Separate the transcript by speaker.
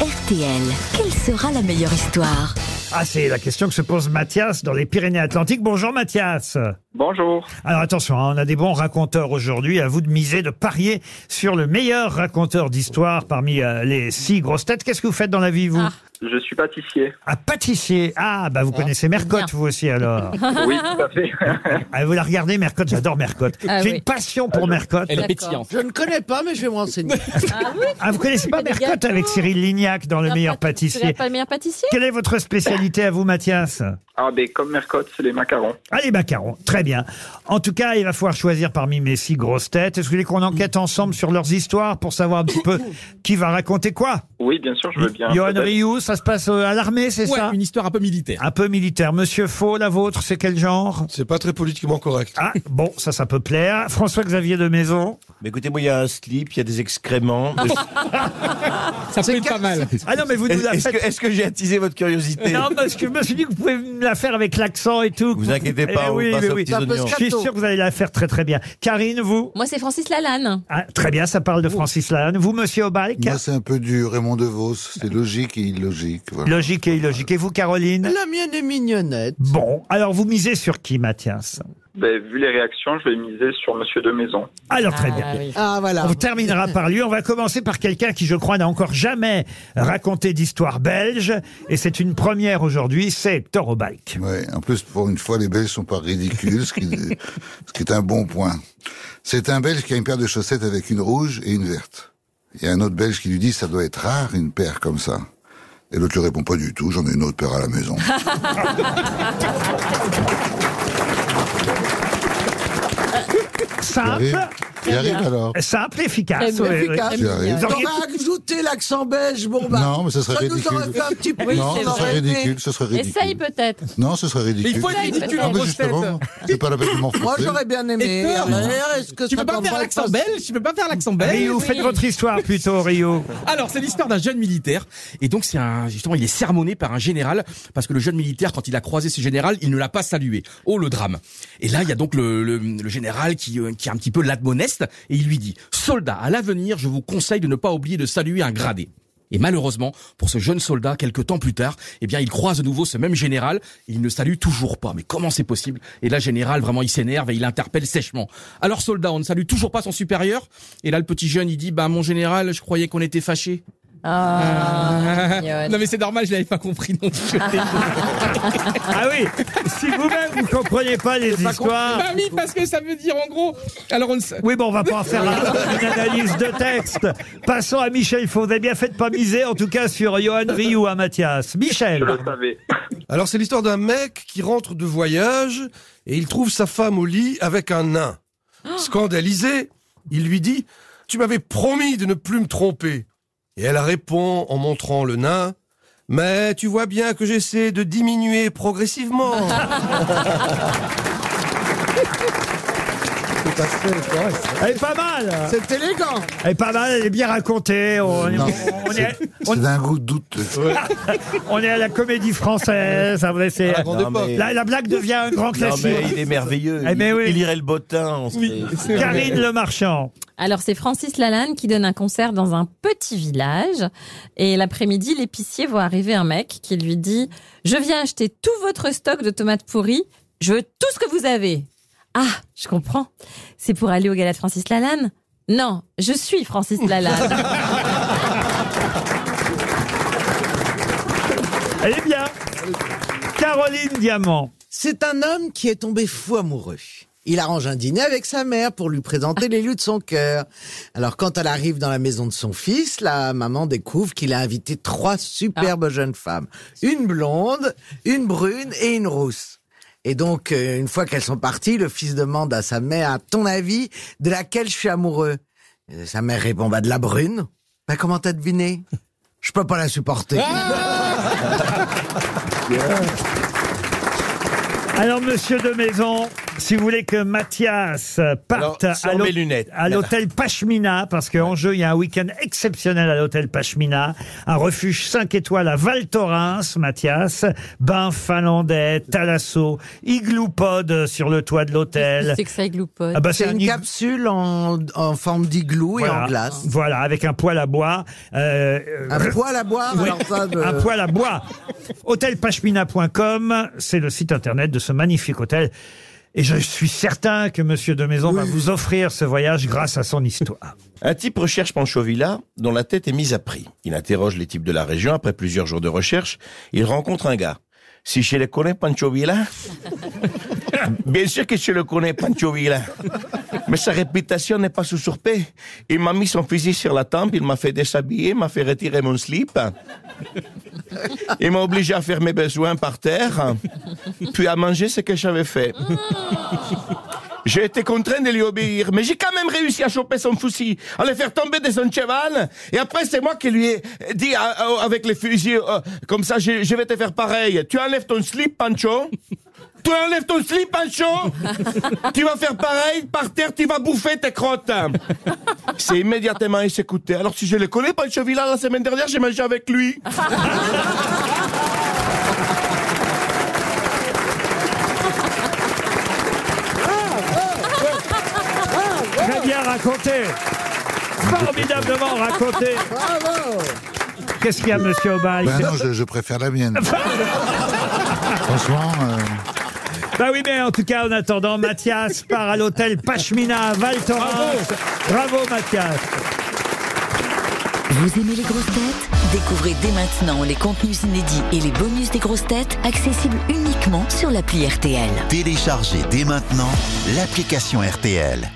Speaker 1: RTL, quelle sera la meilleure histoire
Speaker 2: Ah, c'est la question que se pose Mathias dans les Pyrénées-Atlantiques. Bonjour Mathias.
Speaker 3: Bonjour.
Speaker 2: Alors attention, hein, on a des bons raconteurs aujourd'hui. À vous de miser, de parier sur le meilleur raconteur d'histoire parmi euh, les six grosses têtes. Qu'est-ce que vous faites dans la vie, vous
Speaker 4: Ah.
Speaker 3: Je suis pâtissier.
Speaker 2: Un pâtissier. Ah, bah vous connaissez Mercotte, vous aussi, alors.
Speaker 3: Oui, tout à fait.
Speaker 2: ah, vous la regardez, Mercotte. J'adore Mercotte.
Speaker 4: Ah
Speaker 2: J'ai
Speaker 4: oui.
Speaker 2: une passion pour Mercotte.
Speaker 5: Elle est
Speaker 4: D'accord.
Speaker 5: pétillante.
Speaker 6: Je ne connais pas, mais je vais me renseigner.
Speaker 2: Ah, vous connaissez pas
Speaker 4: des
Speaker 2: Mercotte avec Cyril Lignac dans Le meilleur pâtissier.
Speaker 4: pas le meilleur pâtissier
Speaker 2: Quelle est votre spécialité à vous, Mathias
Speaker 3: Ah, ben, comme Mercotte, c'est les macarons.
Speaker 2: Ah, les macarons, très bien. En tout cas, il va falloir choisir parmi mes six grosses têtes. Est-ce que vous voulez qu'on enquête ensemble sur leurs histoires pour savoir un petit peu qui va raconter quoi
Speaker 3: Oui, bien sûr, je veux Eh bien.
Speaker 2: Johan
Speaker 3: Peut-être.
Speaker 2: Rioux, ça se passe euh, à l'armée, c'est
Speaker 5: Ouais,
Speaker 2: ça
Speaker 5: une histoire un peu militaire.
Speaker 2: Un peu militaire. Monsieur Faux, la vôtre, c'est quel genre
Speaker 7: C'est pas très politiquement correct.
Speaker 2: Ah, bon, ça, ça peut plaire. François-Xavier de Maison.
Speaker 8: Mais écoutez, moi, il y a un slip, il y a des excréments.
Speaker 5: Ah, Ça plaît pas mal.
Speaker 2: Ah non, mais vous nous
Speaker 8: Est-ce
Speaker 2: la
Speaker 8: est-ce que,
Speaker 2: faites...
Speaker 8: est-ce que j'ai attisé votre curiosité
Speaker 2: Non, parce que je me suis dit que vous pouvez me la faire avec l'accent et tout.
Speaker 8: Vous inquiétez pas,
Speaker 2: Eh
Speaker 8: on
Speaker 2: oui,
Speaker 8: passe
Speaker 2: mais
Speaker 8: aux
Speaker 2: oui.
Speaker 8: petits oignons.
Speaker 2: Je suis sûr que vous allez la faire très très bien. Karine, vous
Speaker 4: Moi, c'est Francis Lalanne.
Speaker 2: Ah, Très bien, ça parle de Francis Lalanne. Vous, monsieur Aubal
Speaker 9: Moi, c'est un peu du Raymond DeVos. C'est logique et illogique. Voilà.
Speaker 2: Logique et illogique. Et vous, Caroline
Speaker 6: La mienne est mignonnette.
Speaker 2: Bon, alors vous misez sur qui, Mathias
Speaker 3: Ben, vu les réactions, je vais miser sur Monsieur de Maison.
Speaker 2: Alors très bien.
Speaker 6: Ah, voilà.
Speaker 2: On terminera par lui. On va commencer par quelqu'un qui, je crois, n'a encore jamais raconté d'histoire belge. Et c'est une première aujourd'hui, c'est Hector Obike.
Speaker 9: Ouais. En plus, pour une fois, les Belges sont pas ridicules, ce qui, ce qui est un bon point. C'est un Belge qui a une paire de chaussettes avec une rouge et une verte. Il y a un autre Belge qui lui dit, ça doit être rare, une paire comme ça. Et l'autre lui répond pas du tout, j'en ai une autre paire à la maison. Tu
Speaker 2: Simple,
Speaker 9: arrives Tu arrives alors
Speaker 2: simple, efficace.
Speaker 4: Très bien.
Speaker 2: Oui, oui.
Speaker 9: Tu arrives.
Speaker 2: Vous auriez-
Speaker 6: T'aurais ajouté l'accent belge, bon bah.
Speaker 9: Non, mais ça serait
Speaker 6: nous aurait
Speaker 9: ridicule.
Speaker 6: fait un petit peu.
Speaker 9: non,
Speaker 6: on
Speaker 9: ce
Speaker 6: aurait
Speaker 9: serait
Speaker 6: été-
Speaker 9: ridicule, ce serait ridicule.
Speaker 4: Essaye peut-être.
Speaker 9: Non, ce serait
Speaker 5: Mais
Speaker 9: ridicule.
Speaker 5: il faut être ridicule
Speaker 9: Ah,
Speaker 5: en
Speaker 9: mais
Speaker 5: grosse tête.
Speaker 9: justement, c'est pas la peine de
Speaker 6: Moi,
Speaker 9: m'enfoncer.
Speaker 6: j'aurais bien aimé.
Speaker 5: Et toi
Speaker 6: Alors, Est-ce que
Speaker 5: Tu
Speaker 6: ça
Speaker 5: peux pas
Speaker 6: doit
Speaker 5: faire
Speaker 6: être
Speaker 5: l'accent
Speaker 6: facile
Speaker 5: belge Tu peux pas faire l'accent
Speaker 8: Ah,
Speaker 5: belge
Speaker 2: Rio, faites votre histoire plutôt, Rio.
Speaker 5: Alors, c'est l'histoire d'un jeune militaire. Et donc, c'est un, justement, il est sermonné par un général. Parce que le jeune militaire, quand il a croisé ce général, il ne l'a pas salué. Oh, le drame. Et là, il y a donc le, le, le général qui, euh, qui est un petit peu l'admoneste. Et il lui dit, soldat, à l'avenir, je vous conseille de ne pas oublier de saluer un gradé. Et malheureusement, pour ce jeune soldat, quelques temps plus tard, eh bien, il croise de nouveau ce même général. Il ne salue toujours pas. Mais comment c'est possible Et là, général, vraiment, il s'énerve et il interpelle sèchement. Alors, soldat, on ne salue toujours pas son supérieur Et là, le petit jeune, il dit, bah, mon général, je croyais qu'on était fâchés.
Speaker 4: Ah,
Speaker 5: Non mais c'est normal, je l'avais pas compris non plus.
Speaker 2: Ah oui, si vous-même vous comprenez pas les histoires.
Speaker 5: Bah oui, parce que ça veut dire en gros. Alors on le sait.
Speaker 2: Oui, bon, on va pas en faire un- une analyse de texte. Passons à Michel Faux. Vous avez bien fait de pas miser, en tout cas, sur Johan Rioux à Mathias.
Speaker 3: Je
Speaker 2: Michel.
Speaker 3: le savais.
Speaker 7: Alors c'est l'histoire d'un mec qui rentre de voyage et il trouve sa femme au lit avec un nain.
Speaker 5: Ah.
Speaker 7: Scandalisé, il lui dit « Tu m'avais promis de ne plus me tromper ». Et elle répond en montrant le nain « Mais tu vois bien que j'essaie de diminuer progressivement ».
Speaker 2: Elle est pas mal.
Speaker 6: C'est élégant.
Speaker 2: Elle est pas mal, elle est bien racontée. On,
Speaker 9: Non.
Speaker 2: on est, on-
Speaker 9: C'est d'un goût douteux.
Speaker 2: on est à la comédie française. hein, vous savez, c'est-
Speaker 7: grande
Speaker 8: Non, mais-
Speaker 2: la, la blague devient un grand
Speaker 8: Non,
Speaker 2: classique.
Speaker 8: mais il est merveilleux.
Speaker 2: Eh
Speaker 8: il,
Speaker 2: ben oui.
Speaker 8: il irait le bottin. on serait-
Speaker 2: Karine Le Marchand.
Speaker 4: Alors, c'est Francis Lalanne qui donne un concert dans un petit village. Et l'après-midi, l'épicier voit arriver un mec qui lui dit Je viens acheter tout votre stock de tomates pourries. Je veux tout ce que vous avez. Ah, je comprends. C'est pour aller au gala de Francis Lalanne Non, je suis Francis Lalanne.
Speaker 2: Elle est bien. Caroline Diamant.
Speaker 6: C'est un homme qui est tombé fou amoureux. Il arrange un dîner avec sa mère pour lui présenter l'élu de son cœur. Alors quand elle arrive dans la maison de son fils, la maman découvre qu'il a invité trois superbes jeunes femmes. Une blonde, une brune et une rousse. Et donc, euh, une fois qu'elles sont parties, le fils demande à sa mère, à ton avis, de laquelle je suis amoureux Euh, Sa mère répond, bah de la brune. Bah comment t'as deviné Je peux pas la supporter.
Speaker 2: Alors, monsieur de Maison. Si vous voulez que Mathias parte
Speaker 8: Alors, sans
Speaker 2: à l'hô-
Speaker 8: mes lunettes.
Speaker 2: à l'hôtel Pachmina, parce qu'en jeu, il y a un week-end exceptionnel à l'hôtel Pachmina, un refuge 5 étoiles à Val Thorens, Mathias, bain finlandais, thalasso, igloopod euh, sur le toit de l'hôtel.
Speaker 4: C'est que ça égloupode.
Speaker 2: Ah bah,
Speaker 6: C'est
Speaker 2: un
Speaker 6: une
Speaker 2: ig-
Speaker 6: capsule en, en forme d'igloo et en glace.
Speaker 2: Voilà, avec un poêle à bois. euh,
Speaker 6: Un poil à boire, alors ça, de-
Speaker 2: un poêle à bois. Hôtelpachmina.com, c'est le site internet de ce magnifique hôtel. Et je suis certain que Monsieur de Maison va vous offrir ce voyage grâce à son histoire.
Speaker 8: Un type recherche Panchovilla, dont la tête est mise à prix. Il interroge les types de la région. Après plusieurs jours de recherche, il rencontre un gars. Si je le connais, Panchovilla Bien sûr que je le connais, Panchovilla. Mais sa réputation n'est pas sous surpé. Il m'a mis son fusil sur la tempe, il m'a fait déshabiller, m'a fait retirer mon slip. Il m'a obligé à faire mes besoins par terre, puis à manger ce que j'avais fait. J'ai été contraint de lui obéir, mais j'ai quand même réussi à choper son fusil, à le faire tomber de son cheval. Et après, c'est moi qui lui ai dit à- à- avec les fusils, euh, comme ça, je, je vais te faire pareil. Tu enlèves ton slip, Pancho. Tu enlèves ton slip, Pancho. tu vas faire pareil. Par terre, tu vas bouffer tes crottes. C'est immédiatement il s'écoutait. Alors, si je le connais, Pancho Villa, la semaine dernière, j'ai mangé avec lui.
Speaker 2: Très bien raconté Formidablement raconté
Speaker 6: Bravo
Speaker 2: Qu'est-ce qu'il y a, Monsieur Obal
Speaker 9: Ben non, je, je préfère la mienne. Franchement, euh,
Speaker 2: Bah oui, mais en tout cas, en attendant, Mathias part à l'hôtel Pachmina à Val Thorens. Bravo, Mathias
Speaker 1: Vous aimez les grosses têtes Découvrez dès maintenant les contenus inédits et les bonus des grosses têtes accessibles uniquement sur l'appli RTL.
Speaker 10: Téléchargez dès maintenant l'application RTL.